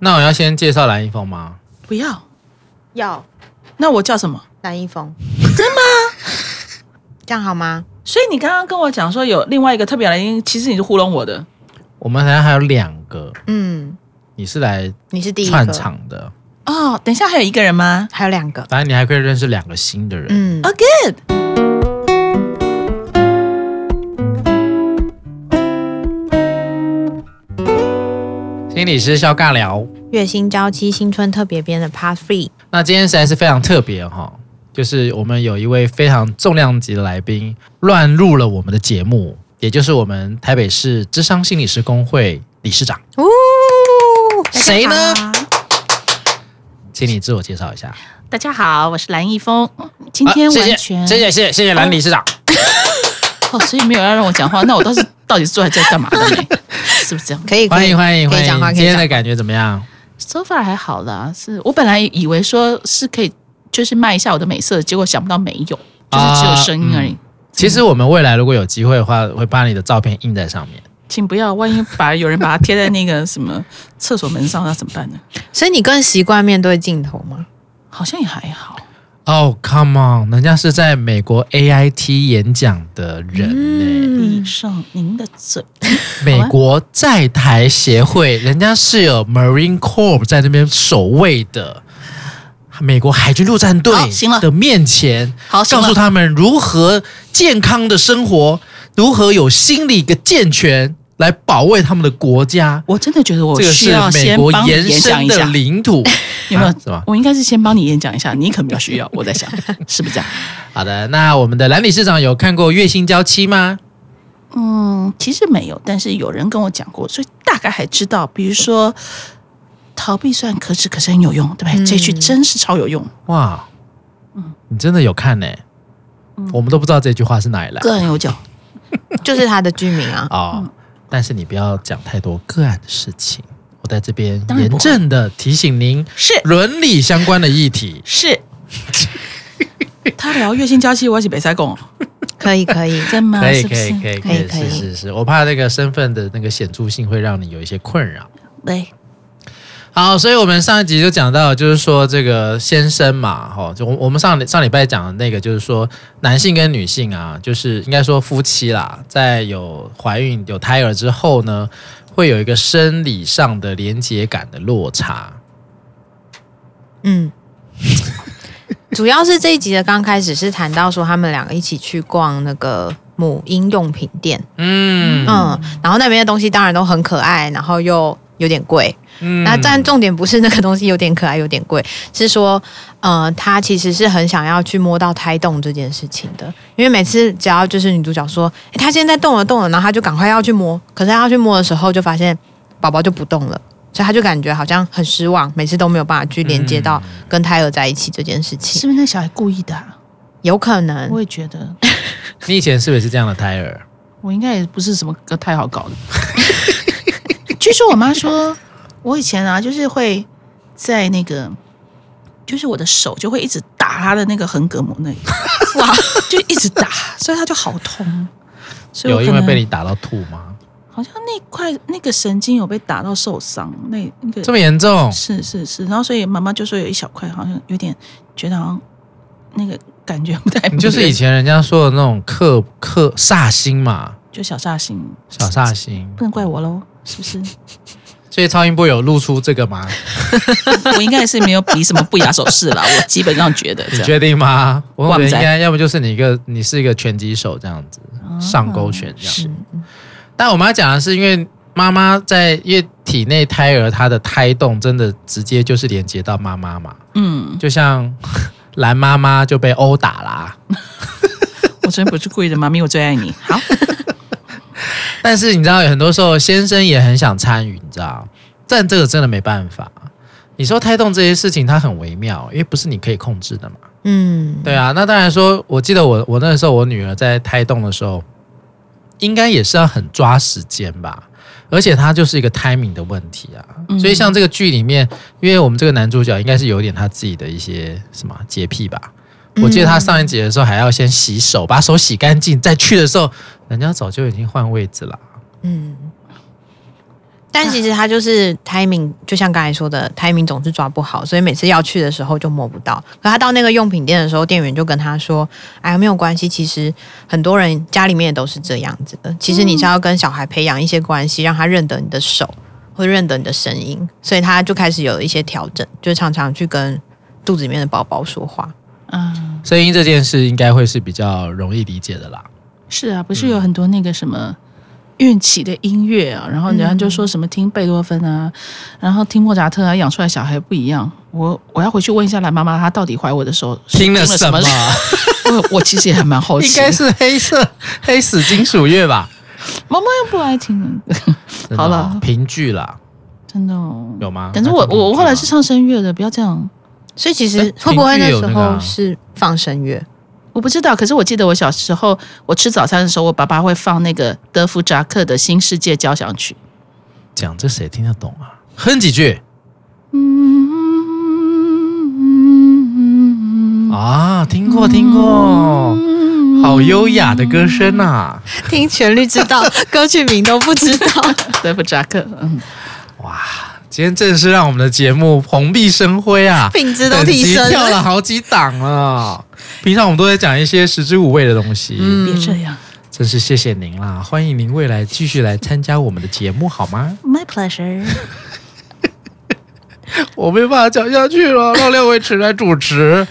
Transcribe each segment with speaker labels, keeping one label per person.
Speaker 1: 那我要先介绍蓝一峰吗？
Speaker 2: 不要，
Speaker 3: 要
Speaker 2: 那我叫什么？
Speaker 3: 蓝一峰， 真吗？这样好吗？
Speaker 2: 所以你刚刚跟我讲说有另外一个特别来宾，其实你是糊弄我的。
Speaker 1: 我们好像还有两个，
Speaker 3: 嗯，
Speaker 1: 你是来
Speaker 3: 你是第一
Speaker 1: 串
Speaker 3: 个，
Speaker 1: 场的，
Speaker 2: 哦，等一下还有一个人吗
Speaker 3: 还有两个，
Speaker 1: 反正你还可以认识两个新的人。
Speaker 3: 嗯，
Speaker 2: ？Oh good。
Speaker 3: 嗯
Speaker 1: 心理师肖尬聊，
Speaker 3: 月薪娇妻新春特别篇的 Part Three，
Speaker 1: 那今天实在是非常特别哈，就是我们有一位非常重量级的来宾乱入了我们的节目，也就是我们台北市智商心理师工会理事长，
Speaker 3: 呜，
Speaker 1: 谁呢
Speaker 3: 大家好？
Speaker 1: 请你自我介绍一下。
Speaker 2: 大家好，我是蓝奕峰。今天
Speaker 1: 啊谢谢
Speaker 2: 完全、
Speaker 1: 谢谢谢谢谢谢蓝理事长。
Speaker 2: 哦，所以没有要让我 讲话，那我倒是到底坐在这干嘛的呢？ 是不是这样
Speaker 3: 可以，
Speaker 1: 欢迎欢迎
Speaker 3: 可
Speaker 1: 欢
Speaker 3: 以讲话，
Speaker 1: 迎！
Speaker 3: 可
Speaker 1: 今
Speaker 3: 以
Speaker 1: 天
Speaker 3: 讲
Speaker 1: 的。感觉怎么样？
Speaker 2: ？So far 还好啦，是我本来以为说是可以，就是卖一下我的美色，结果想不到没有，就是只有声音而已。
Speaker 1: 其实我们未来如果有机会的话，会把你的照片印在上面。
Speaker 2: 请不要，万一把有人把它贴在那个什么厕所门上，那怎么办呢？
Speaker 3: 所以你更习惯面对镜头吗？
Speaker 2: 好像也还好。
Speaker 1: 哦、c o m e on，人家是在美国 AIT 演讲的人呢、
Speaker 2: 闭
Speaker 3: 嗯，
Speaker 2: 上您的嘴。
Speaker 1: 美国在台协会，人家是有 Marine Corps 在那边守卫的，美国海军陆战队
Speaker 2: 好行了
Speaker 1: 的面前，
Speaker 2: 好，
Speaker 1: 告诉
Speaker 2: 他
Speaker 1: 他们如何健康的生活，如何有心理的健全来保卫他们的国家。
Speaker 2: 我真的觉得我
Speaker 1: 这个
Speaker 2: 需
Speaker 1: 是
Speaker 2: 要
Speaker 1: 美
Speaker 2: 先
Speaker 1: 国
Speaker 2: 帮你
Speaker 1: 延
Speaker 2: 演讲
Speaker 1: 伸
Speaker 2: 一
Speaker 1: 的
Speaker 2: 下，
Speaker 1: 领土，
Speaker 2: 有没有
Speaker 1: 啊是吧？
Speaker 2: 我应该是先帮你演讲一下，你可能比较需要。我在 想，是不是这样？
Speaker 1: 好的，那我们的蓝理事长有看过《月薪娇妻》吗？
Speaker 2: 嗯，其实没有，但是有人跟我讲过，所以大概还知道。比如说，逃避虽然可耻，可是很有用，对不对？
Speaker 3: 嗯
Speaker 2: 这句真是超有用。
Speaker 1: 哇，你真的有看呢、我们都不知道这句话是哪里来的
Speaker 2: 嗯个人嗯有奖，
Speaker 3: 就是他的剧名啊。
Speaker 1: 哦。但是你不要讲太多个案的事情，我在这边
Speaker 2: 当然
Speaker 1: 严
Speaker 2: 不会
Speaker 1: 正的提醒您
Speaker 2: 是
Speaker 1: 伦理相关的议题。
Speaker 2: 是。他聊月薪娇妻，我是北塞贡，
Speaker 3: 可以可以，
Speaker 2: 真吗？
Speaker 1: 可以
Speaker 2: 是不
Speaker 1: 可
Speaker 2: 是
Speaker 1: 以可以
Speaker 3: 可以可
Speaker 1: 是
Speaker 3: 以
Speaker 1: 是是，我怕那个身份的那个显著性会让你有一些困扰。
Speaker 2: 对，
Speaker 1: 好，所以我们上一集就讲到，就是说这个先生嘛，哈、就我我们上上礼拜讲的那个，就是说男性跟女性啊，就是应该说夫妻啦，在有怀孕有胎儿之后呢，会有一个生理上的连接感的落差。
Speaker 3: 嗯，主要是这一集的刚开始是谈到说他们两个一起去逛那个母婴用品店，
Speaker 1: 嗯
Speaker 3: 嗯，然后那边的东西当然都很可爱，然后又有点贵。
Speaker 1: 嗯
Speaker 3: 那但重点不是那个东西有点可爱有点贵，是说，呃，他其实是很想要去摸到胎动这件事情的，因为每次只要就是女主角说，诶，她现在动了动了，然后她就赶快要去摸，可是她要去摸的时候就发现宝宝就不动了。所以她就感觉好像很失望，每次都没有办法去连接到跟胎儿在一起这件事情，
Speaker 2: 是不是那小孩故意的、啊？
Speaker 3: 有可能
Speaker 2: 我也觉得，
Speaker 1: 你以前是不是也是这样的胎儿？
Speaker 2: 我应该也不是什么个太好搞的。据说我妈说，我以前啊，就是会在那个，就是我的手就会一直打她的那个横膈膜那里，哇，就一直打，所以她就好痛。所以我
Speaker 1: 有
Speaker 2: 可
Speaker 1: 因为
Speaker 2: 能
Speaker 1: 被你打到吐吗？
Speaker 2: 好像那块那个神经有被打到受伤，那那个
Speaker 1: 这么严重？
Speaker 2: 是是是，然后所以妈妈就说有一小块好像有点觉得好像那个感觉不太，
Speaker 1: 你就是以前人家说的那种克克煞星嘛，
Speaker 2: 就小煞星，
Speaker 1: 小煞星。
Speaker 2: 不能怪我喽，是不是？
Speaker 1: 所以超音波有露出这个吗？
Speaker 2: 我应该是没有比什么不雅手 势啦，我基本上觉得这
Speaker 1: 你
Speaker 2: 样。
Speaker 1: 确定吗？我感觉
Speaker 2: 旺仔
Speaker 1: 应该，要么就是你一个，你是一个拳击手这样子，上勾拳这样。
Speaker 2: 哦是
Speaker 1: 但我们要讲的是，因为妈妈在因为体内胎儿她的胎动真的直接就是连接到妈妈嘛，
Speaker 2: 嗯，
Speaker 1: 就像 蓝妈妈就被殴打啦。
Speaker 2: 我真不是故意的，妈咪，我最爱 你。好，
Speaker 1: 但是你知道，有很多时候先生也很想参与，你知道，但这个真的没办法。你说胎动这些事情，它很微妙，因为不是你可以控制的嘛。
Speaker 3: 嗯，
Speaker 1: 对啊，那当然说，我记得我我那时候我女儿在胎动的时候，应该也是要很抓时间吧，而且她就是一个 timing 的问题啊。
Speaker 2: 嗯
Speaker 1: 所以像这个剧里面，因为我们这个男主角应该是有点他自己的一些什么洁癖吧。
Speaker 2: 嗯
Speaker 1: 我记得他上一集的时候还要先洗手，把手洗干净，再去的时候，人家早就已经换位置了。
Speaker 3: 嗯，但其实他就是 timing，就像刚才说的，timing 总是抓不好，所以每次要去的时候就摸不到。可他到那个用品店的时候，店员就跟他说：“哎呀，没有关系，其实很多人家里面也都是这样子的。其实你是要跟小孩培养一些关系，让他认得你的手，或认得你的声音。”所以他就开始有一些调整，就常常去跟肚子里面的宝宝说话。
Speaker 2: 嗯，
Speaker 1: 声音这件事应该会是比较容易理解的啦。
Speaker 2: 是啊，不是有很多那个什么孕期的音乐啊，然后人家
Speaker 1: 嗯
Speaker 2: 就说什么听贝多芬啊，然后听莫扎特啊，养出来小孩不一样。我我要回去问一下蓝妈妈，她到底怀我的时候
Speaker 1: 听了
Speaker 2: 什
Speaker 1: 什 么？
Speaker 2: 我我其实也还蛮好奇，
Speaker 1: 应该是黑色黑死金属乐吧？
Speaker 2: 妈妈又不爱听，
Speaker 1: 真的哦
Speaker 2: 好了
Speaker 1: 评剧啦，
Speaker 2: 真的、哦。
Speaker 1: 有啊吗？
Speaker 2: 可是我
Speaker 1: 那
Speaker 2: 我我后来
Speaker 1: 评剧
Speaker 2: 是
Speaker 1: 吗
Speaker 2: 唱声乐的，不要这样。
Speaker 3: 所以其
Speaker 1: 哎
Speaker 3: 实会不会
Speaker 1: 邻
Speaker 3: 那
Speaker 1: 居有
Speaker 3: 时
Speaker 1: 那个啊
Speaker 3: 候是放声乐？
Speaker 2: 我不知道，可是我记得我小时候，我吃早餐的时候，我爸爸会放那个德芙扎克的《新世界交响曲
Speaker 1: 讲这谁听得懂啊？哼几句》。
Speaker 3: 嗯
Speaker 1: 啊，听过听过，好优雅的歌声啊呐、
Speaker 3: 听旋律知 道，歌曲名都不知道。
Speaker 2: 德芙扎克，嗯，
Speaker 1: 啊！今天正式让我们的节目蓬荜生辉啊，
Speaker 3: 品质都提升
Speaker 1: 等级跳了
Speaker 3: 了。
Speaker 1: 好几档了。平常我们都在讲一些食之无味的东西，
Speaker 3: 嗯
Speaker 2: 别这样
Speaker 1: 真是谢谢您啦！欢迎您未来继续来参加我们的节目好吗？
Speaker 3: My pleasure。
Speaker 1: 我没办法讲下去了，让廖伟驰来主持。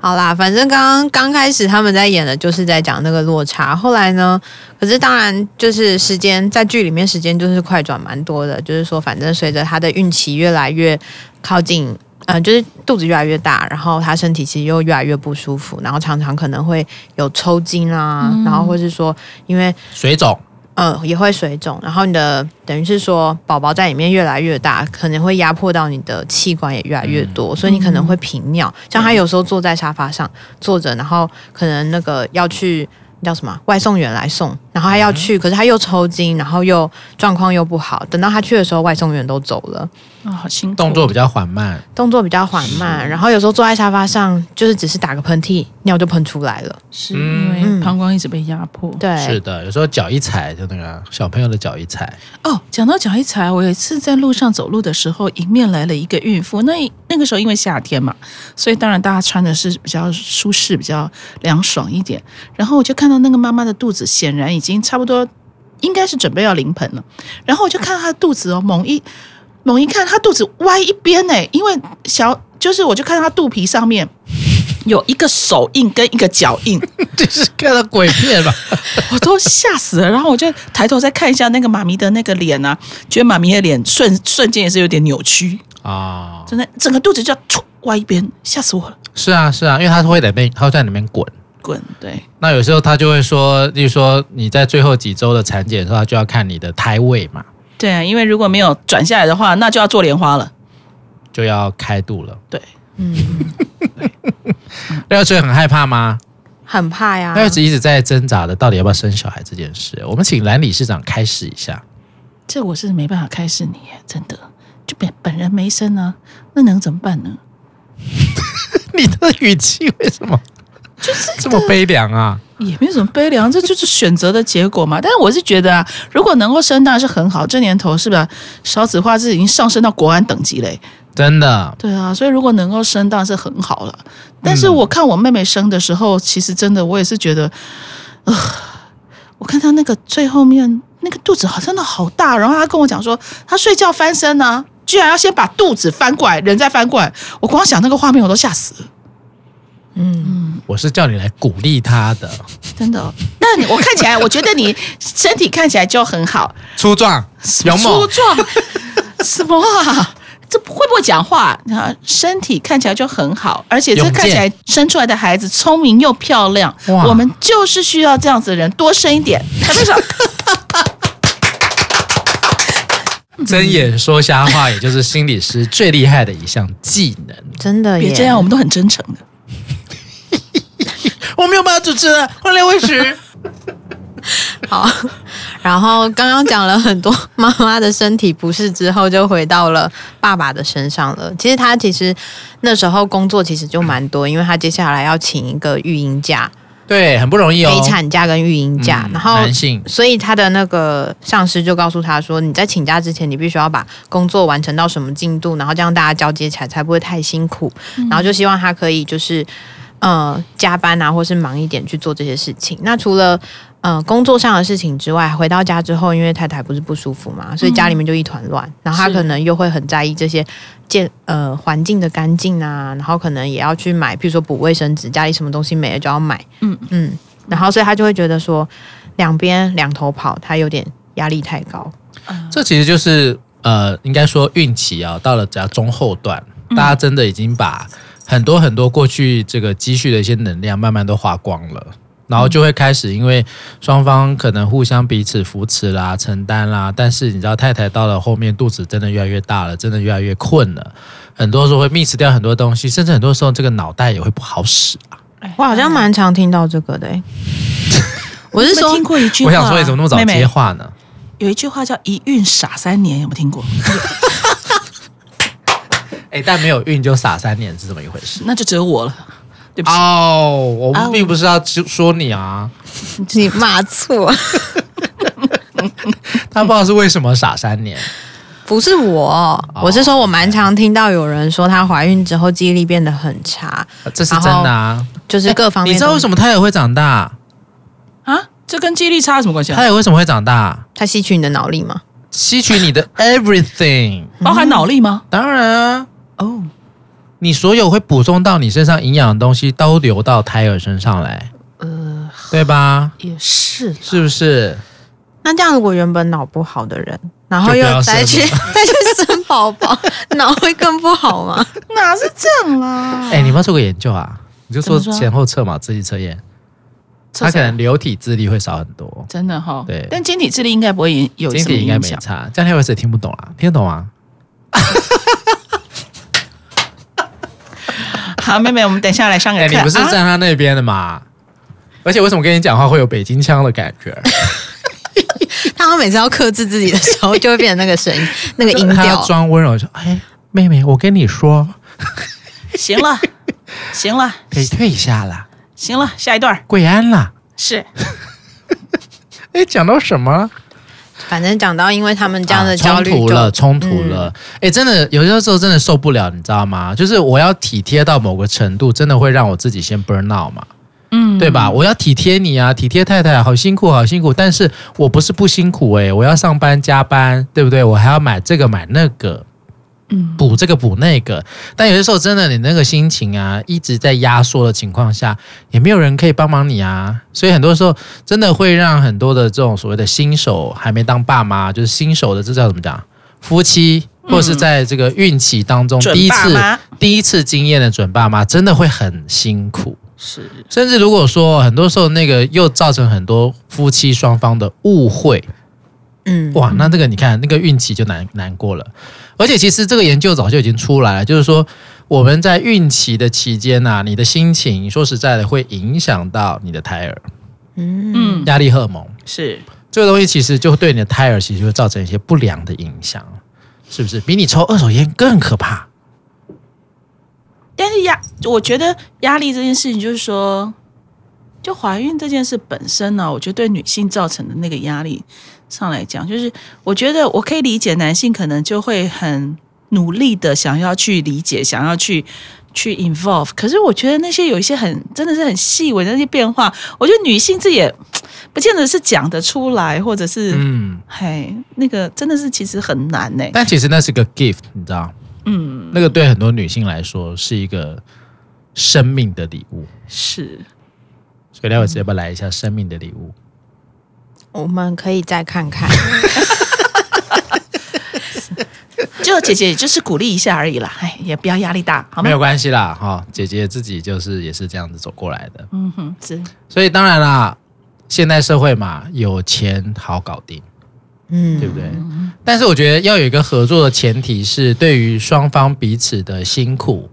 Speaker 3: 好啦，反正刚刚刚开始他们在演的就是在讲那个落差，后来呢，可是当然就是时间在剧里面时间就是快转蛮多的，就是说反正随着她的孕期越来越靠近，呃，就是肚子越来越大，然后她身体其实又越来越不舒服，然后常常可能会有抽筋啊，然后或是说因为
Speaker 1: 水肿，
Speaker 3: 嗯，也会水肿，然后你的等于是说宝宝在里面越来越大，可能会压迫到你的器官也越来越
Speaker 2: 嗯
Speaker 3: 多，所以你可能会频尿。像他有时候坐在沙发上坐着，然后可能那个要去叫什么啊外送员来送，然后他
Speaker 2: 嗯
Speaker 3: 要去，可是他又抽筋，然后又状况又不好。等到他去的时候，外送员都走了。
Speaker 2: 啊，好辛苦。
Speaker 1: 动作比较缓慢，
Speaker 3: 动作比较缓慢，然后有时候坐在沙发上，就是只是打个喷嚏，尿就喷出来了。
Speaker 2: 是因
Speaker 1: 嗯
Speaker 2: 为膀胱一直被压迫。
Speaker 3: 对，
Speaker 1: 是的，有时候脚一踩就那个小朋友的脚一踩，
Speaker 2: 哦，讲到脚一踩，我有一次在路上走路的时候，迎面来了一个孕妇。那那个时候因为夏天嘛，所以当然大家穿的是比较舒适、比较凉爽一点。然后我就看到那个妈妈的肚子显然已经差不多，应该是准备要临盆了。然后我就看到她的肚子哦，猛一猛一看，她肚子歪一边呢，因为小就是我就看到她肚皮上面有一个手印跟一个脚印。
Speaker 1: 就是看到鬼片 吧？
Speaker 2: 我都吓死了。然后我就抬头再看一下那个妈咪的那个脸啊，觉得妈咪的脸瞬瞬间也是有点扭曲，
Speaker 1: 啊、
Speaker 2: 真的整个肚子就要戳歪一边，吓死我了！
Speaker 1: 是啊是啊，因为他会在里面，他会在里面滚。
Speaker 2: 滚，对，
Speaker 1: 那有时候他就会说，例如说你在最后几周的产检的时候，他就要看你的胎位嘛，
Speaker 2: 对啊，因为如果没有转下来的话，那就要做莲花了。
Speaker 1: 就要开肚了。
Speaker 2: 对，
Speaker 3: 嗯，
Speaker 1: 廖哲很害怕吗？
Speaker 3: 很怕呀。
Speaker 1: 廖哲一直在挣扎的，到底要不要生小孩这件事。我们请蓝理事长开始一 下。
Speaker 2: 这我是没办法开示你耶，真的，就本本人没生啊，那能怎么办呢？
Speaker 1: 你的语气为什么就是这么悲凉啊？
Speaker 2: 也没有什么悲凉，这就是选择的结果嘛。但是我是觉得啊，如果能够生，当然是很好。这年头是吧，少子化是已经上升到国安等级嘞、
Speaker 1: 真的，
Speaker 2: 对啊，所以如果能够生，当然是很好了。但是我看我妹妹生的时候，其实真的我也是觉得，呃，我看她那个最后面那个肚子好真的好大，然后她跟我讲说，她睡觉翻身呢、居然要先把肚子翻过来，人再翻过来，我光想那个画面我都吓死了，
Speaker 3: 嗯，
Speaker 1: 我是叫你来鼓励他的。
Speaker 2: 真的。那你我看起来，我觉得你身体看起来就很好，
Speaker 1: 粗壮、勇
Speaker 2: 粗
Speaker 1: 猛，
Speaker 2: 壮，啊什么啊？这会不会讲话？然后身体看起来就很好，而且这
Speaker 1: 勇健
Speaker 2: 看起来生出来的孩子聪明又漂亮。
Speaker 1: 哇
Speaker 2: 我们就是需要这样子的人，多生一点。他 就说
Speaker 1: 睁眼说瞎话，也就是心理师最厉害的一项技能。
Speaker 3: 真的耶。
Speaker 2: 别这样，我们都很真诚的。
Speaker 1: 我没有办法主持啊了，换廖卫石。
Speaker 3: 好， 然后刚刚讲了很多妈妈的身体不适之后，就回到了爸爸的身上了。其实他其实那时候工作其实就蛮多，因为他接下来要请一个育婴假，
Speaker 1: 对，很不容易哦。
Speaker 3: 陪产假跟育婴假，
Speaker 1: 嗯
Speaker 3: 然后
Speaker 1: 男性
Speaker 3: 所以他的那个上司就告诉他说，你在请假之前，你必须要把工作完成到什么进度，然后这样大家交接起来才不会太辛苦。然后就希望他可以就是呃加班啊，或是忙一点去做这些事情。那除了呃工作上的事情之外，回到家之后，因为太太不是不舒服嘛，所以家里面就一团乱。嗯然后他
Speaker 2: 是
Speaker 3: 可能又会很在意这些健呃环境的干净啊，然后可能也要去买，譬如说补卫生纸，家里什么东西没了就要买。
Speaker 2: 嗯
Speaker 3: 嗯，然后所以他就会觉得说。两边两头跑，他有点压力太高。
Speaker 1: 这其实就是呃，应该说孕期啊，到了只要中后段，
Speaker 2: 嗯
Speaker 1: 大家真的已经把很多很多过去这个积蓄的一些能量，慢慢都花光了。然后就会开始，因为双方可能互相彼此扶持啦、承担啦，但是你知道，太太到了后面肚子真的越来越大了，真的越来越困了，很多时候会 mix 掉很多东西，甚至很多时候这个脑袋也会不好使。
Speaker 3: 我好像蛮常听到这个的、欸嗯 我是
Speaker 2: 哎你有没有
Speaker 3: 说
Speaker 2: 听，过一句话，
Speaker 1: 我想说，你哎怎么那么早
Speaker 2: 妹啊妹
Speaker 1: 接话呢？
Speaker 2: 有一句话叫“一孕傻三年”，有没有听过？
Speaker 1: 哎，但没有孕就傻三年是怎么一回事？
Speaker 2: 那就只有我了，对不起。
Speaker 1: 哦，我
Speaker 2: 哦
Speaker 1: 们并不是要说你啊，
Speaker 3: 你骂错，
Speaker 1: 他不知道是为什么傻三 年。
Speaker 3: 不是我，
Speaker 1: 哦
Speaker 3: 我是说我蛮常听到有人说她怀孕之后记忆力变得很差，
Speaker 1: 这是真的啊，
Speaker 3: 就是各方面、
Speaker 1: 你知道为什么
Speaker 3: 么
Speaker 1: 胎儿会长大？
Speaker 2: 啊，这跟记忆力差有什么关系啊？
Speaker 1: 胎儿为什么会长大？
Speaker 3: 她吸取你的脑力吗？
Speaker 1: 吸取你 的 everything，
Speaker 2: 包含脑力吗？
Speaker 1: 当然啊，
Speaker 2: 哦，
Speaker 1: 你所有会补充到你身上营养的东西都流到胎儿身上来，
Speaker 2: 呃，
Speaker 1: 对吧？
Speaker 2: 也是啦，
Speaker 1: 是不是？
Speaker 3: 那这样如果原本脑不好的人，然后
Speaker 1: 就不
Speaker 3: 又
Speaker 1: 要
Speaker 3: 再
Speaker 1: 生
Speaker 3: 去再去生宝宝， 脑会更不好吗？
Speaker 2: 哪是这样啦？
Speaker 1: 哎、你们要做个研究啊，你就做
Speaker 2: 怎么说
Speaker 1: 前后侧嘛，智力测验，
Speaker 2: 这
Speaker 1: 他
Speaker 2: 是
Speaker 1: 可能流体智力会少很多，
Speaker 2: 真的哈、
Speaker 1: 对
Speaker 2: 但晶体智力应该不会影有
Speaker 1: 晶
Speaker 2: 什么
Speaker 1: 体应该
Speaker 2: 影
Speaker 1: 没
Speaker 2: 响。
Speaker 1: 差，这样会谁听不懂啊？听得懂啊？
Speaker 2: 好，妹妹，我们等一下来上个
Speaker 1: 哎、
Speaker 2: 课。
Speaker 1: 你不是
Speaker 2: 啊
Speaker 1: 站他那边的吗？而且为什么跟你讲话会有北京腔的感觉？
Speaker 3: 他们每次要克制自己的时候，就会变成那个声音、那个 音
Speaker 1: 他
Speaker 3: 调
Speaker 1: 要。装温柔说：“哎，妹妹，我跟你说，
Speaker 2: 行了，行了，
Speaker 1: 可以退一下啦，
Speaker 2: 行了，下一段儿
Speaker 1: 跪安啦。
Speaker 2: 是。”
Speaker 1: 哎，讲到什么了？
Speaker 3: 反正讲到，因为他们这样的
Speaker 1: 啊
Speaker 3: 焦虑、嗯
Speaker 1: 冲突了，冲突了。哎、真的，有些时候真的受不了，你知道吗？就是我要体贴到某个程度，真的会让我自己先 burn out 嘛，
Speaker 2: 嗯，
Speaker 1: 对吧？我要体贴你啊，体贴太太，好辛苦，好辛苦。但是我不是不辛苦哎、我要上班加班，对不对？我还要买这个买那个。
Speaker 2: 嗯，
Speaker 1: 补这个补那个，但有些时候真的你那个心情啊，一直在压缩的情况下，也没有人可以帮忙你啊，所以很多时候真的会让很多的这种所谓的新手还没当爸妈，就是新手的这叫怎么讲，夫妻或是在这个孕期当中、
Speaker 2: 嗯准
Speaker 1: 第一
Speaker 2: 爸
Speaker 1: 次
Speaker 2: 妈
Speaker 1: 第一次经验的准爸妈，真的会很辛苦。
Speaker 2: 是
Speaker 1: 甚至如果说很多时候那个又造成很多夫妻双方的误会，
Speaker 3: 嗯，
Speaker 1: 哇，那这个你看，那个孕期就难难过了。而且其实这个研究早就已经出来了，就是说我们在孕期的期间呐、你的心情说实在的会影响到你的胎儿，
Speaker 3: 嗯，
Speaker 2: 嗯
Speaker 1: 压力荷尔蒙
Speaker 2: 是
Speaker 1: 这个东西其实就对你的胎儿其实会造成一些不良的影响，是不是？比你抽二手烟更可怕。
Speaker 2: 但是压，我觉得压力这件事情，就是说，就怀孕这件事本身呢、我觉得对女性造成的那个压力上来讲，就是我觉得我可以理解男性可能就会很努力的想要去理解，想要去去 involve，可是我觉得那些有一些很真的是很细微的那些变化，我觉得女性自己也不见得是讲得出来，或者是。
Speaker 1: 嗯，
Speaker 2: 嘿，那个真的是其实很难欸呢、
Speaker 1: 但其实那是个 gift，你知道，
Speaker 2: 嗯，
Speaker 1: 那个对很多女性来说是一个生命的礼物。
Speaker 2: 是
Speaker 1: 所以待会直接把来一下生命的礼物。
Speaker 3: 我们可以再看看。
Speaker 2: 就姐姐也就是鼓励一下而已啦，哎，也不要压力大，好吗
Speaker 1: 没有？关系啦，哈、姐姐自己就是也是这样子走过来的，
Speaker 2: 嗯哼，是
Speaker 1: 所以当然啦，现代社会嘛，有钱好搞定，
Speaker 3: 嗯，
Speaker 1: 对不对？但是我觉得要有一个合作的前提是，对于双方彼此的辛苦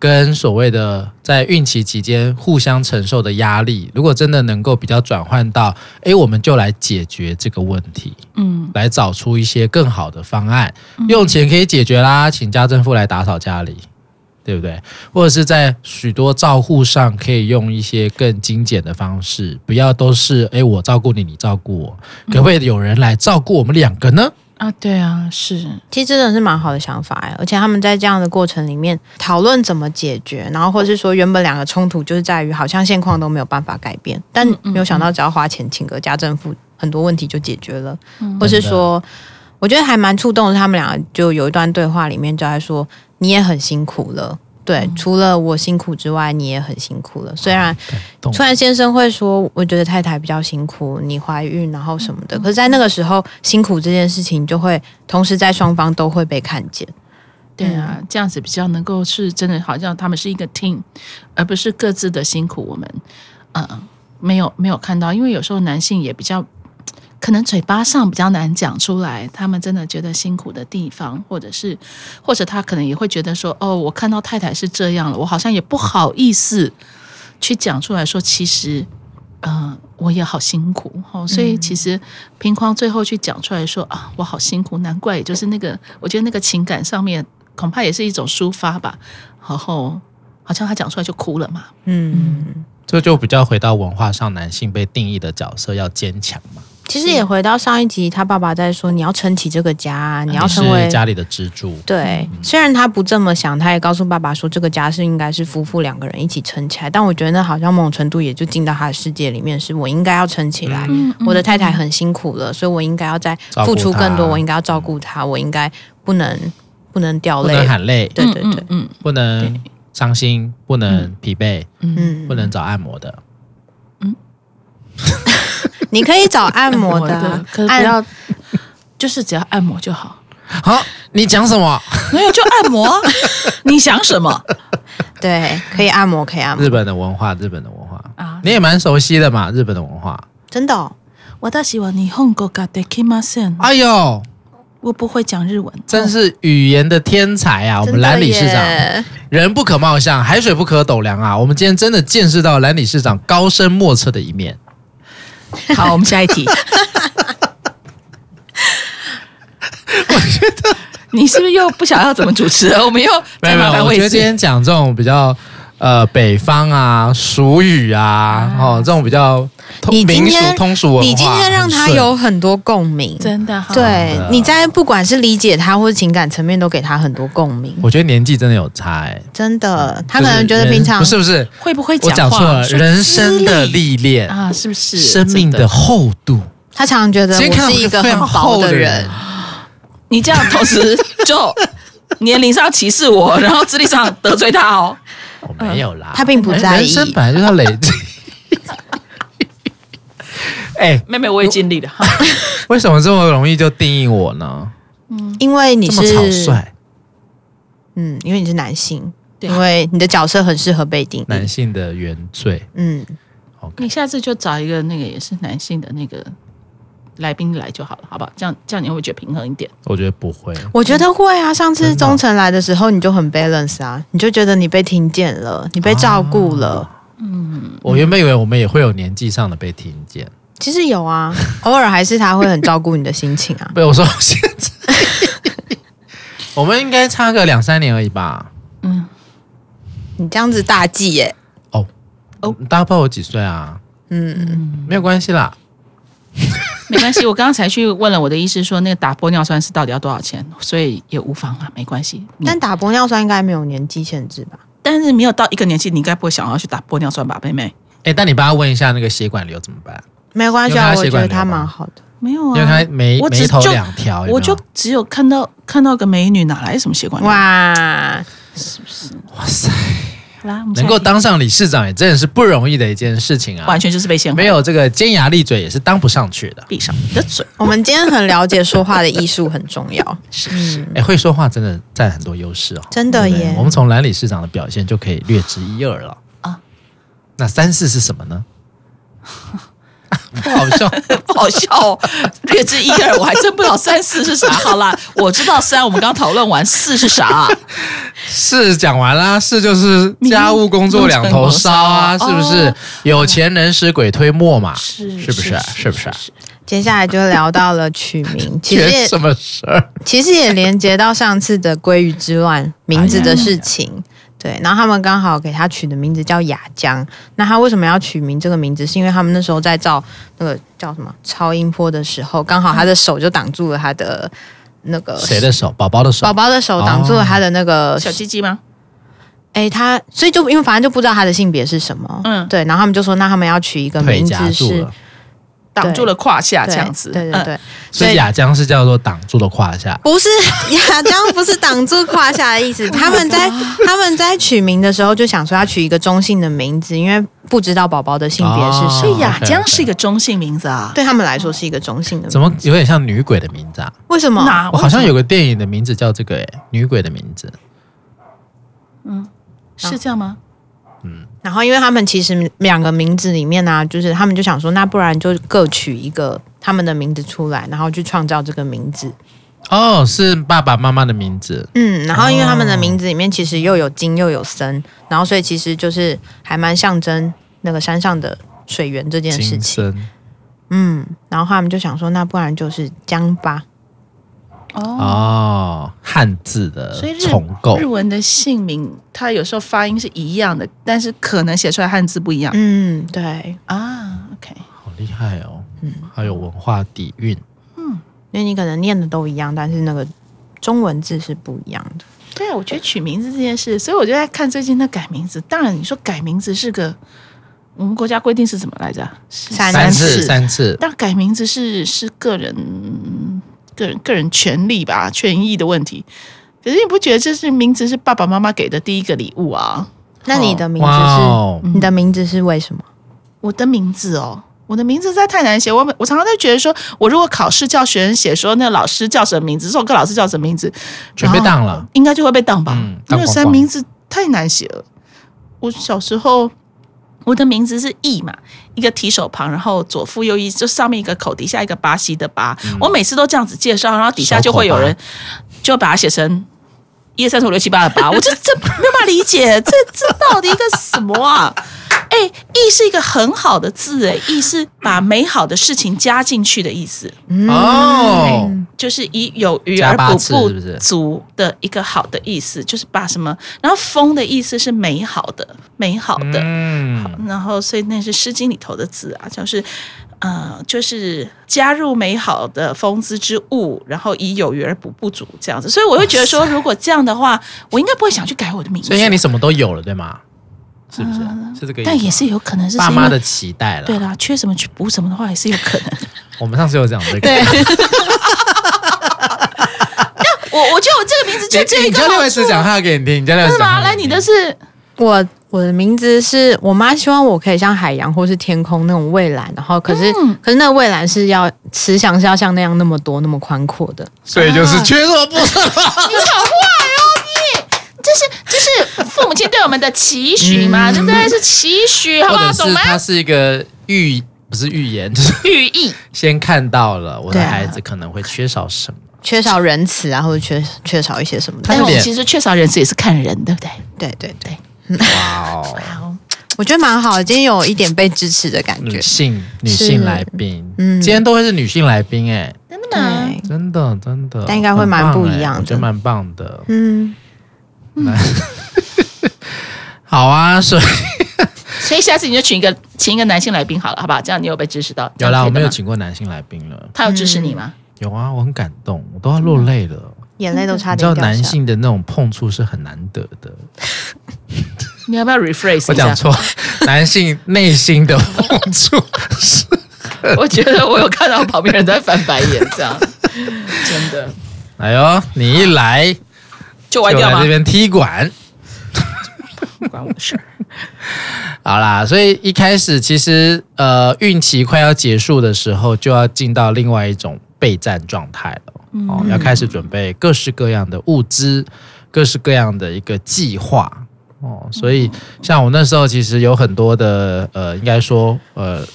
Speaker 1: 跟所谓的在孕期期间互相承受的压力，如果真的能够比较转换到，诶，我们就来解决这个问题，
Speaker 2: 嗯，
Speaker 1: 来找
Speaker 3: 嗯
Speaker 1: 出一些更好的方案，用钱可以解决啦，请家政妇来打扫家里。对不对？或者是在许多照护上可以用一些更精简的方式，不要都是诶我照顾你，你照顾我，
Speaker 3: 嗯
Speaker 1: 可不可以有人来照顾我们两个呢？
Speaker 2: 啊，对啊，是
Speaker 3: 其实真的是蛮好的想法哎，而且他们在这样的过程里面讨论怎么解决，然后或者是说原本两个冲突就是在于好像现况都没有办法改变，但
Speaker 2: 嗯嗯
Speaker 3: 没有想到只要花钱请个家政妇，很多问题就解决了，或是说。我觉得还蛮触动的，他们俩就有一段对话里面就在说，你也很辛苦了，对，除了我辛苦之外，你也很辛苦了。虽然
Speaker 1: 感动
Speaker 3: 突然先生会说：“我觉得太太比较辛苦，你怀孕然后什么
Speaker 1: 嗯
Speaker 3: 的。”可是，在那个时候，辛苦这件事情就会同时在双方都会被看见。
Speaker 2: 对啊，这样子比较能够是真的，好像他们是一个 team，而不是各自的辛苦。我们呃没有没有看到，因为有时候男性也比较。可能嘴巴上比较难讲出来，他们真的觉得辛苦的地方，或者是， 或者他可能也会觉得说，哦，我看到太太是这样了，我好像也不好意思去讲出来说，其实，呃，我也好辛苦哦。所以其实平匡最后去讲出来说啊，我好辛苦，难怪，也就是那个，我觉得那个情感上面恐怕也是一种抒发吧。然后好像他讲出来就哭了嘛。
Speaker 3: 嗯，
Speaker 1: 这就比较回到文化上男性被定义的角色要坚强嘛，
Speaker 3: 其实也回到上一集，他爸爸在说：“你要撑起这个家，你要成为
Speaker 1: 是嗯家嗯里的支柱。
Speaker 3: 对。”虽然他不这么想，他也告诉爸爸说：“这个家是应该是夫妇两个人一起撑起来。”但我觉得那好像某种程度也就进到他的世界里面，是我应该要撑起来。
Speaker 2: 嗯
Speaker 3: 我的太太很辛苦了，所以我应该要再
Speaker 1: 照顾
Speaker 3: 付出更多，
Speaker 1: 她
Speaker 3: 我应该要照顾她，我应该不能不能掉
Speaker 1: 不
Speaker 3: 泪
Speaker 1: 能，喊累，
Speaker 3: 对对对，
Speaker 2: 嗯，
Speaker 1: 不能伤心，不能疲惫，
Speaker 3: 嗯
Speaker 1: 不，能找按摩的。
Speaker 3: 你可以找按摩的
Speaker 2: 按摩
Speaker 3: 啊
Speaker 2: 的，可是不
Speaker 3: 按
Speaker 2: 要，就是只要按摩就好。
Speaker 1: 好，你讲什么？
Speaker 2: 没有就按摩啊， 你想什么
Speaker 3: 对，可以按摩，可以按摩，
Speaker 1: 日本的文化，日本的文化，
Speaker 2: 啊？
Speaker 1: 你也蛮熟悉的嘛，日本的文化。
Speaker 3: 真的哦，
Speaker 2: 我倒希望你红狗嘎得 k i m a s e n
Speaker 1: 哎呦，
Speaker 2: 我不会讲日文，
Speaker 1: 真是语言的天才啊！我们蓝理事
Speaker 3: 哦真
Speaker 1: 长，
Speaker 3: 的耶
Speaker 1: 人不可貌相，海水不可斗量啊！我们今天真的见识到蓝理事长高深莫测的一面。
Speaker 2: 哦。好，我们下一 题。我觉得 你是不是又不想要怎么主持了？我们又
Speaker 1: 没
Speaker 2: 再
Speaker 1: 有没
Speaker 2: 麻
Speaker 1: 有，
Speaker 2: 烦
Speaker 1: 我觉
Speaker 2: 魏
Speaker 1: 得今
Speaker 2: 姐。
Speaker 1: 天讲这种比较呃北方啊、俗语啊，哦这种比较通
Speaker 3: 你今
Speaker 1: 民
Speaker 3: 天
Speaker 1: 俗通俗文化，
Speaker 3: 你今天让他
Speaker 1: 很顺
Speaker 3: 有很多共鸣，
Speaker 2: 真的哈，
Speaker 3: 对
Speaker 1: 的，
Speaker 3: 你在不管是理解他或是情感层面，都给他很多共鸣，
Speaker 1: 我觉得年纪真的有差、欸，
Speaker 3: 真的，他可能觉得
Speaker 1: 就是人呃
Speaker 3: 平常
Speaker 1: 不是不是，
Speaker 2: 会不会
Speaker 1: 我
Speaker 2: 讲
Speaker 1: 讲
Speaker 2: 话
Speaker 1: 错了，
Speaker 2: 说
Speaker 1: 人生的
Speaker 2: 资历
Speaker 1: 历练、
Speaker 2: 啊，是不是
Speaker 1: 生命
Speaker 2: 真
Speaker 1: 的厚度。
Speaker 3: 他常常觉得
Speaker 1: 今天看
Speaker 3: 我
Speaker 1: 到
Speaker 3: 是一个
Speaker 1: 非
Speaker 3: 很
Speaker 1: 常
Speaker 3: 薄
Speaker 1: 厚
Speaker 3: 的人
Speaker 1: 人，，
Speaker 2: 你这样同时 就年龄上歧视我，然后智力上得罪他哦。
Speaker 1: 我没有啦，
Speaker 3: 嗯他并不在
Speaker 1: 人
Speaker 3: 意。
Speaker 1: 生本来就是要累积。 哎、
Speaker 2: 妹妹，我也尽力了。哈
Speaker 1: 为什么这么容易就定义我呢？
Speaker 3: 因为你
Speaker 1: 这么草
Speaker 3: 是
Speaker 1: 率，
Speaker 3: 嗯，因为你是男性，
Speaker 2: 对
Speaker 3: 因为你的角色很适合被定
Speaker 1: 男
Speaker 3: 义。
Speaker 1: 性的原罪。
Speaker 3: 嗯，
Speaker 2: 你
Speaker 1: OK，
Speaker 2: 下次就找一个那个也是男性的那个来宾来就好了，好不好？这样这样你会不会觉得平衡一点？
Speaker 1: 我觉得不会。
Speaker 3: 我觉得会啊。上次
Speaker 1: 真的哦
Speaker 3: 忠诚来的时候，你就很 balance 啊，你就觉得你被听见了，你被照顾了。
Speaker 1: 啊我原本以为我们也会有年纪上的被听见，。
Speaker 3: 其实有啊， 偶尔还是他会很照顾你的心情啊
Speaker 1: 被我说现在， 我们应该差个两三年而已吧？
Speaker 2: 嗯，
Speaker 3: 你这样子大忌耶、
Speaker 1: 哦，大家不知道我几岁啊？
Speaker 3: 嗯，
Speaker 1: 没有关系啦，
Speaker 2: 没关系。我刚才去问了我的医师，说那个打玻尿酸是到底要多少钱，所以也无妨啦，啊没关系。
Speaker 1: 嗯
Speaker 2: 你
Speaker 3: 但打玻尿酸应该没有年纪限制吧？
Speaker 2: 但是没有到一个年纪，你应该不会想要去打玻尿酸吧，妹妹？
Speaker 1: 哎、但你帮他问一下那个血管瘤怎么办？
Speaker 3: 没关系啊，
Speaker 1: 用他
Speaker 3: 我
Speaker 1: 血
Speaker 3: 觉
Speaker 1: 管
Speaker 3: 得他
Speaker 1: 瘤吗
Speaker 3: 蛮好的。
Speaker 2: 没有
Speaker 1: 因为他
Speaker 2: 啊，
Speaker 1: 眉
Speaker 2: 我只
Speaker 1: 眉头
Speaker 2: 就
Speaker 1: 两条，有没有
Speaker 2: 我就只有看到看到个美女，哪来什么血管？哇，
Speaker 3: 哇，
Speaker 1: 哇塞，
Speaker 2: 好啦，我们下
Speaker 1: 能
Speaker 2: 一
Speaker 1: 够
Speaker 2: 题
Speaker 1: 当上理事长也真的是不容易的一件事情啊
Speaker 2: 完，全就是被陷害
Speaker 1: 没有这个尖牙利嘴也是当不上去的。
Speaker 2: 闭上你的嘴，
Speaker 3: 我们今天很了解说话的艺术很重要，
Speaker 2: 是不是？
Speaker 1: 哎、会说话真的占很多优势哦，
Speaker 3: 真的
Speaker 1: 对不对
Speaker 3: 耶
Speaker 1: 我。们从蓝理事长的表现就可以略知一二了
Speaker 2: 啊
Speaker 1: 啊。那三四是什么呢？不好笑，
Speaker 2: 不好笑哦，略知一二，我还真不知道三四是啥。 好啦，我知道三，我们刚讨论完四是啥，
Speaker 1: 是讲完啦，是就是家务工作两头烧啊，
Speaker 2: 哦
Speaker 1: 是不是？有钱能使鬼推磨嘛，
Speaker 2: 是
Speaker 1: 是不是啊是不是啊
Speaker 3: 接下来就聊到了取 名，其实也
Speaker 1: 缺什么事儿？哎
Speaker 3: 其实也连接到上次的“归于之乱”名字的事情。对，然后他们刚好给他取的名字叫雅江。那他为什么要取名这个名字？是因为他们那时候在照那个叫什么超音波的时候，刚好他的手就挡住了他的那个
Speaker 1: 谁的手？宝宝的手
Speaker 3: 宝。宝的手挡住了他的那个
Speaker 2: 小鸡鸡吗？
Speaker 3: 哎，他所以就因为反正就不知道他的性别是什么，
Speaker 2: 嗯
Speaker 3: 对，然后他们就说那他们要取一个
Speaker 1: 腿
Speaker 3: 名
Speaker 1: 夹
Speaker 3: 字
Speaker 1: 住
Speaker 3: 是
Speaker 1: 了，
Speaker 2: 挡住了胯下
Speaker 3: 对
Speaker 2: 这样子，
Speaker 3: 对对
Speaker 2: 嗯
Speaker 3: 对，
Speaker 1: 所以
Speaker 3: 以
Speaker 1: 雅江是叫做挡住了胯下。
Speaker 3: 不是 亚江不是挡住胯下的意思，他们在他们在取名的时候就想说要取一个中性的名字，因为不知道宝宝的性别是
Speaker 1: 哦
Speaker 3: 什
Speaker 2: 所
Speaker 3: 么，
Speaker 2: 以雅
Speaker 1: OK，OK
Speaker 2: 江是一个中性名字啊。
Speaker 3: 对他们来说是一个中性的名字
Speaker 1: 怎。么有点像女鬼的名字啊？
Speaker 3: 为什么？
Speaker 2: 哪
Speaker 1: 我好像有个电影的名字叫这个诶、女鬼的名字。
Speaker 2: 是这样吗？
Speaker 3: 然后因为他们其实两个名字里面呢、啊就是他们就想说，那不然就各取一个他们的名字出来，然后去创造这个名字。
Speaker 1: 哦，是爸爸妈妈的名字。
Speaker 3: 嗯，然后因为他们的名字里面其实又有金又有森，然后所以其实就是还蛮象征那个山上的水源这件事
Speaker 1: 金
Speaker 3: 情。
Speaker 1: 生
Speaker 3: 嗯，然后他们就想说，那不然就是江吧。
Speaker 2: 哦，
Speaker 1: 哦，汉字的
Speaker 2: 所以日
Speaker 1: 重构
Speaker 2: 日文的姓名它有时候发音是一样的，但是可能写出来汉字不一样
Speaker 3: 嗯，对，
Speaker 2: 啊。OK，
Speaker 1: 好厉害哦。嗯，还有文化底蕴。
Speaker 3: 因为你可能念的都一样，但是那个中文字是不一样的。
Speaker 2: 对啊，我觉得取名字这件事，所以我就在看最近那改名字。当然，你说改名字是个我们国家规定是怎么来着啊？是
Speaker 3: 三
Speaker 1: 三
Speaker 3: 次
Speaker 1: 次，三次。
Speaker 2: 但改名字是是个人个人个人权利吧，权益的问题。可是你不觉得这是名字是爸爸妈妈给的第一个礼物啊？
Speaker 3: 那你的名字是、
Speaker 1: 哇
Speaker 2: 嗯
Speaker 1: 哦，
Speaker 3: 你的名字是为什么？
Speaker 2: 我的名字哦，我的名字实在太难写。我我常常在觉得说，我如果考试叫学生写说那老师叫什么名字，这首歌老师叫什么名字，
Speaker 1: 准备当了。
Speaker 2: 应该就会被当吧？
Speaker 1: 嗯
Speaker 2: 因
Speaker 1: 当
Speaker 2: 为
Speaker 1: 光
Speaker 2: 三
Speaker 1: 光
Speaker 2: 明治太难写了。我小时候，我的名字是“义”嘛，一个提手旁，然后左腹右翼，就上面一个口，底下一个巴西的巴。
Speaker 1: 嗯
Speaker 2: 我每次都这样子介绍，然后底下就会有人就把它写成一二三四五六七八的八，我就这没有办法理解， 这这到底一个什么啊？哎，义是一个很好的字，哎，义是把美好的事情加进去的意思。
Speaker 3: 嗯
Speaker 1: 哦，
Speaker 2: 就是以有余
Speaker 1: 加
Speaker 2: 而
Speaker 1: 八
Speaker 2: 补
Speaker 1: 次
Speaker 2: 不
Speaker 1: 是不是
Speaker 2: 足的一个好的意思，就是把什么，然后风的意思是美好的，美好的，
Speaker 1: 嗯，
Speaker 2: 然后所以那是《诗经》里头的字啊，就是呃，就是加入美好的风姿之物，然后以有余而补不足这样子，所以我会觉得说，如果这样的话，我应该不会想去改我的名字啊
Speaker 1: 所以，应该你什么都有了，对吗？是不是？是这个意思吗。
Speaker 2: 呃但也是有可能是
Speaker 1: 爸
Speaker 2: 因
Speaker 1: 妈
Speaker 2: 为
Speaker 1: 的期待了。
Speaker 2: 对啦，缺什么去补什么的话，也是有可 能。
Speaker 1: 我们上次有讲这个。
Speaker 3: 对，
Speaker 2: 我我觉得我这个名字就只有
Speaker 1: 你
Speaker 2: 一
Speaker 1: 你
Speaker 2: 个
Speaker 1: 叫
Speaker 2: 好
Speaker 1: 六维
Speaker 2: 处
Speaker 1: 斯讲他给你听，你叫六维斯
Speaker 2: 是
Speaker 1: 讲
Speaker 2: 吗？
Speaker 1: 他给
Speaker 2: 来，
Speaker 1: 听
Speaker 2: 你的是
Speaker 3: 我我的名字是我妈希望我可以像海洋或是天空那种蔚蓝，然后可是、可是那个蔚蓝是要慈祥是要像那样那么多那么宽阔的，
Speaker 1: 所以
Speaker 3: 啊
Speaker 1: 就是缺什么补 什么。
Speaker 2: 你好坏哦，你这是这是父母亲对我们的期许嘛，对不对？是期许，好不
Speaker 1: 嗯或
Speaker 2: 好？
Speaker 1: 者
Speaker 2: 懂
Speaker 1: 是
Speaker 2: 吗？
Speaker 1: 它是一个预，不是预言， 就是
Speaker 2: 寓意
Speaker 1: 先看到了我的
Speaker 3: 对啊
Speaker 1: 孩子可能会缺少 什么。
Speaker 3: 缺少仁慈啊，或者缺缺少一些什么
Speaker 1: 他
Speaker 2: 但
Speaker 3: 的。
Speaker 1: 有
Speaker 2: 我
Speaker 1: 点
Speaker 2: 们其实缺少人是也是看人，对不对？
Speaker 3: 对对对，
Speaker 1: 哇哦，
Speaker 2: 好，
Speaker 3: 我觉得蛮好的，今天有一点被支持的感觉
Speaker 1: 女。性女性来宾，
Speaker 3: 嗯
Speaker 1: 今天都会是女性来宾哎，
Speaker 2: 真的吗？
Speaker 3: 对，
Speaker 1: 真的真的，
Speaker 3: 但应该会蛮
Speaker 1: 很棒
Speaker 3: 不一
Speaker 1: 哎
Speaker 3: 样的
Speaker 1: 我觉得蛮棒的。
Speaker 3: 嗯，
Speaker 1: 好啊，所以
Speaker 2: 所以下次你就请一个请一个男性来宾好了，好不好？这样你有被支持到。
Speaker 1: 有啦，我们
Speaker 2: 这样可以的
Speaker 1: 有
Speaker 2: 吗
Speaker 1: 请过男性来宾了，
Speaker 2: 他有支持你吗？
Speaker 1: 有啊，我很感动，我都要落泪了。
Speaker 3: 眼泪都嗯差
Speaker 1: 你知道
Speaker 3: 点掉
Speaker 1: 男
Speaker 3: 下来。
Speaker 1: 性的那种碰触是很难得的，
Speaker 2: 你要不要 rephrase
Speaker 1: 我
Speaker 2: 一下
Speaker 1: 讲？错，男性内心的 碰触是
Speaker 2: 我觉得我有看到旁边人在翻白眼，这 样真的
Speaker 1: 哎呦，你一来
Speaker 2: 就
Speaker 1: 就
Speaker 2: 歪掉
Speaker 1: 来
Speaker 2: 吗
Speaker 1: 这？边踢馆。
Speaker 2: 不关我的事儿。
Speaker 1: 好啦，所以一开始其实呃，孕期快要结束的时候，就要进到另外一种备战状态了。哦，要开始准备各式各样的物资，各式各样的一个计划。哦，所以像我那时候其实有很多的呃，应该说呃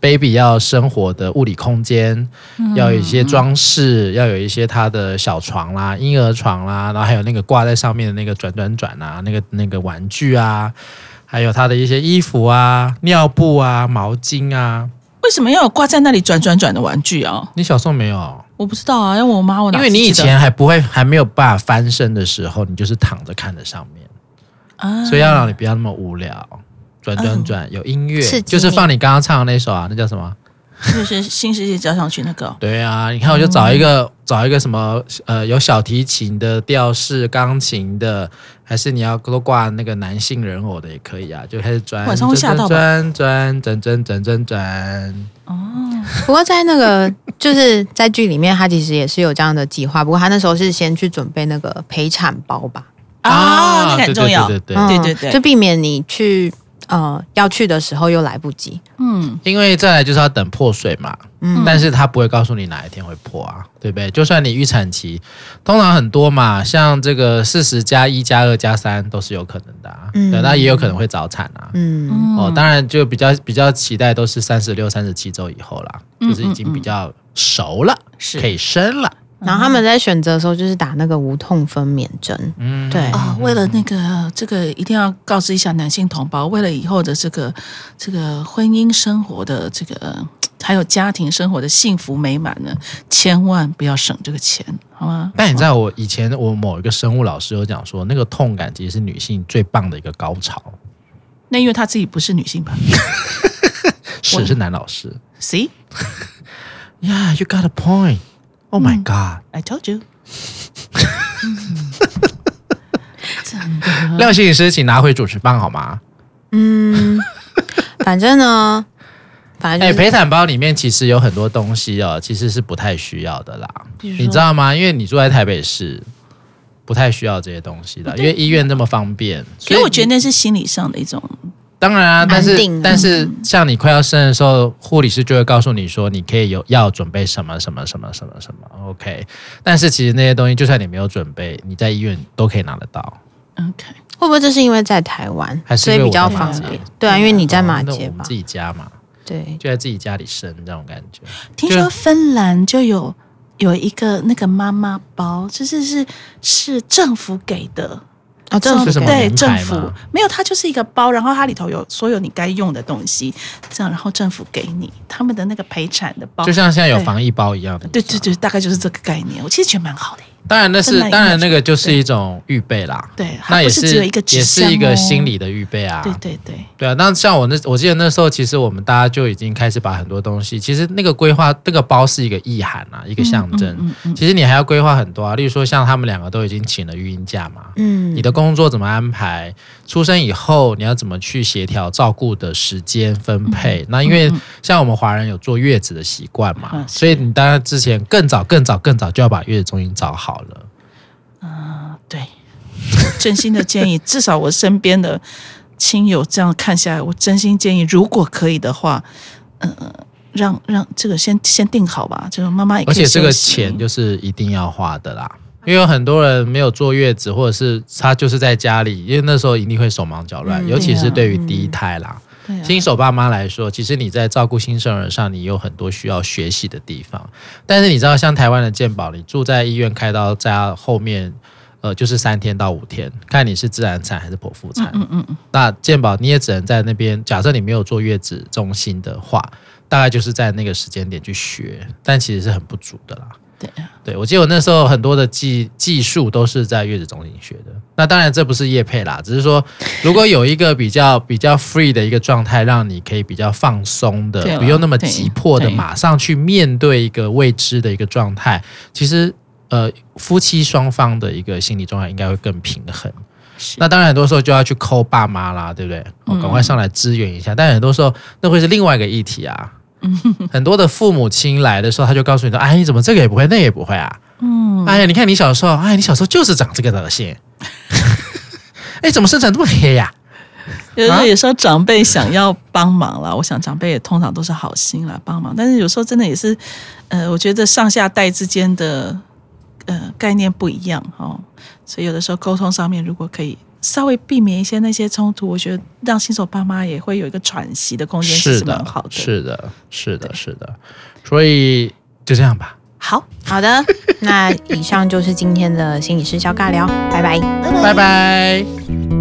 Speaker 1: ，baby 要生活的物理空间，要有一些装饰，要有一些它的小床啦、婴儿床啦，然后还有那个挂在上面的那个转转转啊，那个那个玩具啊，还有它的一些衣服啊、尿布啊、毛巾啊。
Speaker 2: 为什么要有挂在那里转转转的玩具啊？
Speaker 1: 你小时候没有？
Speaker 2: 我不知道啊，要问我妈我
Speaker 1: 因
Speaker 2: 哪知道？
Speaker 1: 为你以前还不会还没有办法翻身的时候，你就是躺着看着上面。
Speaker 2: 啊
Speaker 1: 所以要让你不要那么无聊。转转转，有音乐
Speaker 3: 刺激，
Speaker 1: 就
Speaker 3: 你
Speaker 1: 是放你刚刚唱的那首啊，那叫什么？
Speaker 2: 就是新世界交响曲那个哦
Speaker 1: 对啊，你看我就找一
Speaker 2: 嗯
Speaker 1: 个、找一个什么呃，有小提琴的、调式、钢琴的，还是你要都挂那个男性人偶的也可以啊，就开始转，
Speaker 2: 晚上会吓到吧
Speaker 1: 转转转转转转转，
Speaker 2: 哦，
Speaker 3: 不过在那个 就是在剧里面，他其实也是有这样的计划，不过他那时候是先去准备那个陪产包吧，
Speaker 2: 啊，那个很
Speaker 1: 对
Speaker 2: 重要
Speaker 1: 对，对对对
Speaker 3: 嗯
Speaker 2: 对对对
Speaker 3: 就避免你去呃要去的时候又来不及。
Speaker 2: 嗯，
Speaker 1: 因为再来就是要等破水嘛，
Speaker 3: 嗯
Speaker 1: 但是他不会告诉你哪一天会破啊，对不对？就算你预产期，通常很多嘛，像这个四十加一加二加三都是有可能的、啊，
Speaker 3: 嗯
Speaker 1: 对，那也有可能会早产啊，
Speaker 3: 嗯，
Speaker 1: 哦，当然就比较比较期待都是三十六、三十七周以后啦，
Speaker 3: 嗯
Speaker 1: 就是已经比较熟了，
Speaker 2: 是
Speaker 1: 可以生了。
Speaker 3: 然后他们在选择的时候就是打那个无痛分娩针，
Speaker 1: 嗯，
Speaker 3: 对哦
Speaker 2: 啊、为了那个这个一定要告知一下男性同胞，为了以后的这个这个婚姻生活的这个还有家庭生活的幸福美满呢，千万不要省这个钱，好吗？
Speaker 1: 但你知道，我以前我某一个生物老师有讲说，那个痛感其实是女性最棒的一个高潮。
Speaker 2: 那因为他自己不是女性吧
Speaker 1: 是是男老师
Speaker 2: ？See,
Speaker 1: ，Yeah, you got a point. Oh
Speaker 3: 嗯
Speaker 1: my god！、
Speaker 2: I told you 真的，
Speaker 1: 廖心理师，请拿回主持棒好吗？
Speaker 3: 嗯，反正呢，反
Speaker 1: 哎、
Speaker 3: 正就是
Speaker 1: 陪产包里面其实有很多东西哦，其实是不太需要的啦，
Speaker 2: 比如说
Speaker 1: 你知道吗？因为你住在台北市，不太需要这些东西的，因为医院这么方便。
Speaker 2: 可
Speaker 1: 所以
Speaker 2: 是我觉得那是心理上的一种，
Speaker 1: 当然啊，但
Speaker 3: 安定啊
Speaker 1: 是但是像你快要生的时候，护理师就会告诉你说，你可以有要准备什么什么什么什么什么，OK。但是其实那些东西，就算你没有准备，你在医院都可以拿得到。
Speaker 2: OK，
Speaker 3: 会不会这是因为在台湾，
Speaker 1: 还是
Speaker 3: 所
Speaker 1: 因
Speaker 3: 以
Speaker 1: 为
Speaker 3: 比
Speaker 1: 我在
Speaker 3: 较
Speaker 1: 马
Speaker 3: 方
Speaker 2: 街
Speaker 3: 便？对啊，因为你在马
Speaker 1: 哦
Speaker 3: 街
Speaker 1: 那我
Speaker 3: 吧
Speaker 1: 们自？己家嘛，
Speaker 3: 对，
Speaker 1: 就在自己家里生这种感觉。
Speaker 2: 听说芬兰就有有一个那个妈妈包，就是是是政府给的，
Speaker 3: 哦，政府
Speaker 1: 是什么
Speaker 3: 给
Speaker 2: 对
Speaker 1: 名牌
Speaker 2: 政
Speaker 1: 吗
Speaker 2: 府没有，它就是一个包，然后它里头有所有你该用的东西，这样然后政府给你他们的那个陪产的包
Speaker 1: 就，像现在有
Speaker 2: 哦对
Speaker 1: 防疫包一样的，
Speaker 2: 对对对，大概就是这个概念。我其实觉得蛮好的，
Speaker 1: 当然那
Speaker 2: 真
Speaker 1: 是
Speaker 2: 的应该
Speaker 1: 当然那个就是
Speaker 2: 对
Speaker 1: 一种预备啦，
Speaker 2: 对它
Speaker 1: 那也
Speaker 2: 不是只有一个纸
Speaker 1: 也是
Speaker 2: 箱
Speaker 1: 一个
Speaker 2: 哦
Speaker 1: 心理的预备啊，
Speaker 2: 对对对，
Speaker 1: 对啊，那像我那，我记得那时候，其实我们大家就已经开始把很多东西，其实那个规划，这个包是一个意涵啊，一个象征。
Speaker 2: 嗯嗯
Speaker 1: 其实你还要规划很多啊，例如说像他们两个都已经请了育婴假嘛，
Speaker 3: 嗯
Speaker 1: 你的工作怎么安排？出生以后你要怎么去协调照顾的时间分配？那因为像我们华人有坐月子的习惯嘛，
Speaker 2: 嗯是
Speaker 1: 所以你当然之前更早、更早、更早就要把月子中心找好了。
Speaker 2: 嗯对，真心的建议，至少我身边的亲友这样看下来，我真心建议，如果可以的话，嗯、呃，让让这个先先定好吧，这个妈妈也可
Speaker 1: 而
Speaker 2: 以
Speaker 1: 且这
Speaker 2: 休
Speaker 1: 个
Speaker 2: 息
Speaker 1: 钱就是一定要花的啦，因为有很多人没有坐月子，或者是他就是在家里，因为那时候一定会手忙脚乱，
Speaker 3: 嗯
Speaker 1: 尤其是
Speaker 2: 对啊
Speaker 1: 对于第一胎啦。
Speaker 2: 对啊
Speaker 1: 新手爸妈来说，其实你在照顾新生儿上，你有很多需要学习的地方。但是你知道，像台湾的健保，你住在医院开刀家后面，呃，就是三天到五天，看你是自然产还是剖腹产。
Speaker 2: 嗯嗯嗯，
Speaker 1: 那健保你也只能在那边，假设你没有坐月子中心的话，大概就是在那个时间点去学，但其实是很不足的啦。
Speaker 2: 对啊。
Speaker 1: 对，我记得我那时候很多的技技术都是在月子中心学的。那当然这不是业配啦，只是说如果有一个比较比较 free 的一个状态，让你可以比较放松
Speaker 2: 对
Speaker 1: 的，
Speaker 2: 啦
Speaker 1: 不用那么急迫的
Speaker 2: 对对
Speaker 1: 马上去面对一个未知的一个状态，其实呃夫妻双方的一个心理状态应该会更平衡。
Speaker 2: 是嗯
Speaker 1: 那当然，很多时候就要去抠爸妈啦，对不对？哦，赶快上来支援一下。但很多时候，那会是另外一个议题啊。很多的父母亲来的时候，他就告诉你说：“哎，你怎么这个也不会，那个也不会啊？嗯，哎呀，你看你小时候，哎，你小时候就是长这个德性， 哎，怎么生长这么黑呀、
Speaker 2: 有时候有时候长辈想要帮忙啦，我想长辈也通常都是好心啦帮忙，但是有时候真的也是，呃，我觉得上下代之间的呃概念不一样哦，所以有的时候沟通上面如果可以稍微避免一些那些冲突，我觉得让新手爸妈也会有一个喘息的空间，其
Speaker 1: 是
Speaker 2: 实蛮
Speaker 1: 的
Speaker 2: 好，的。
Speaker 1: 是的，是的，是的。所以就这样吧。
Speaker 2: 好，
Speaker 3: 好的，那以上就是今天的心理师小尬聊，拜拜。
Speaker 1: 拜拜。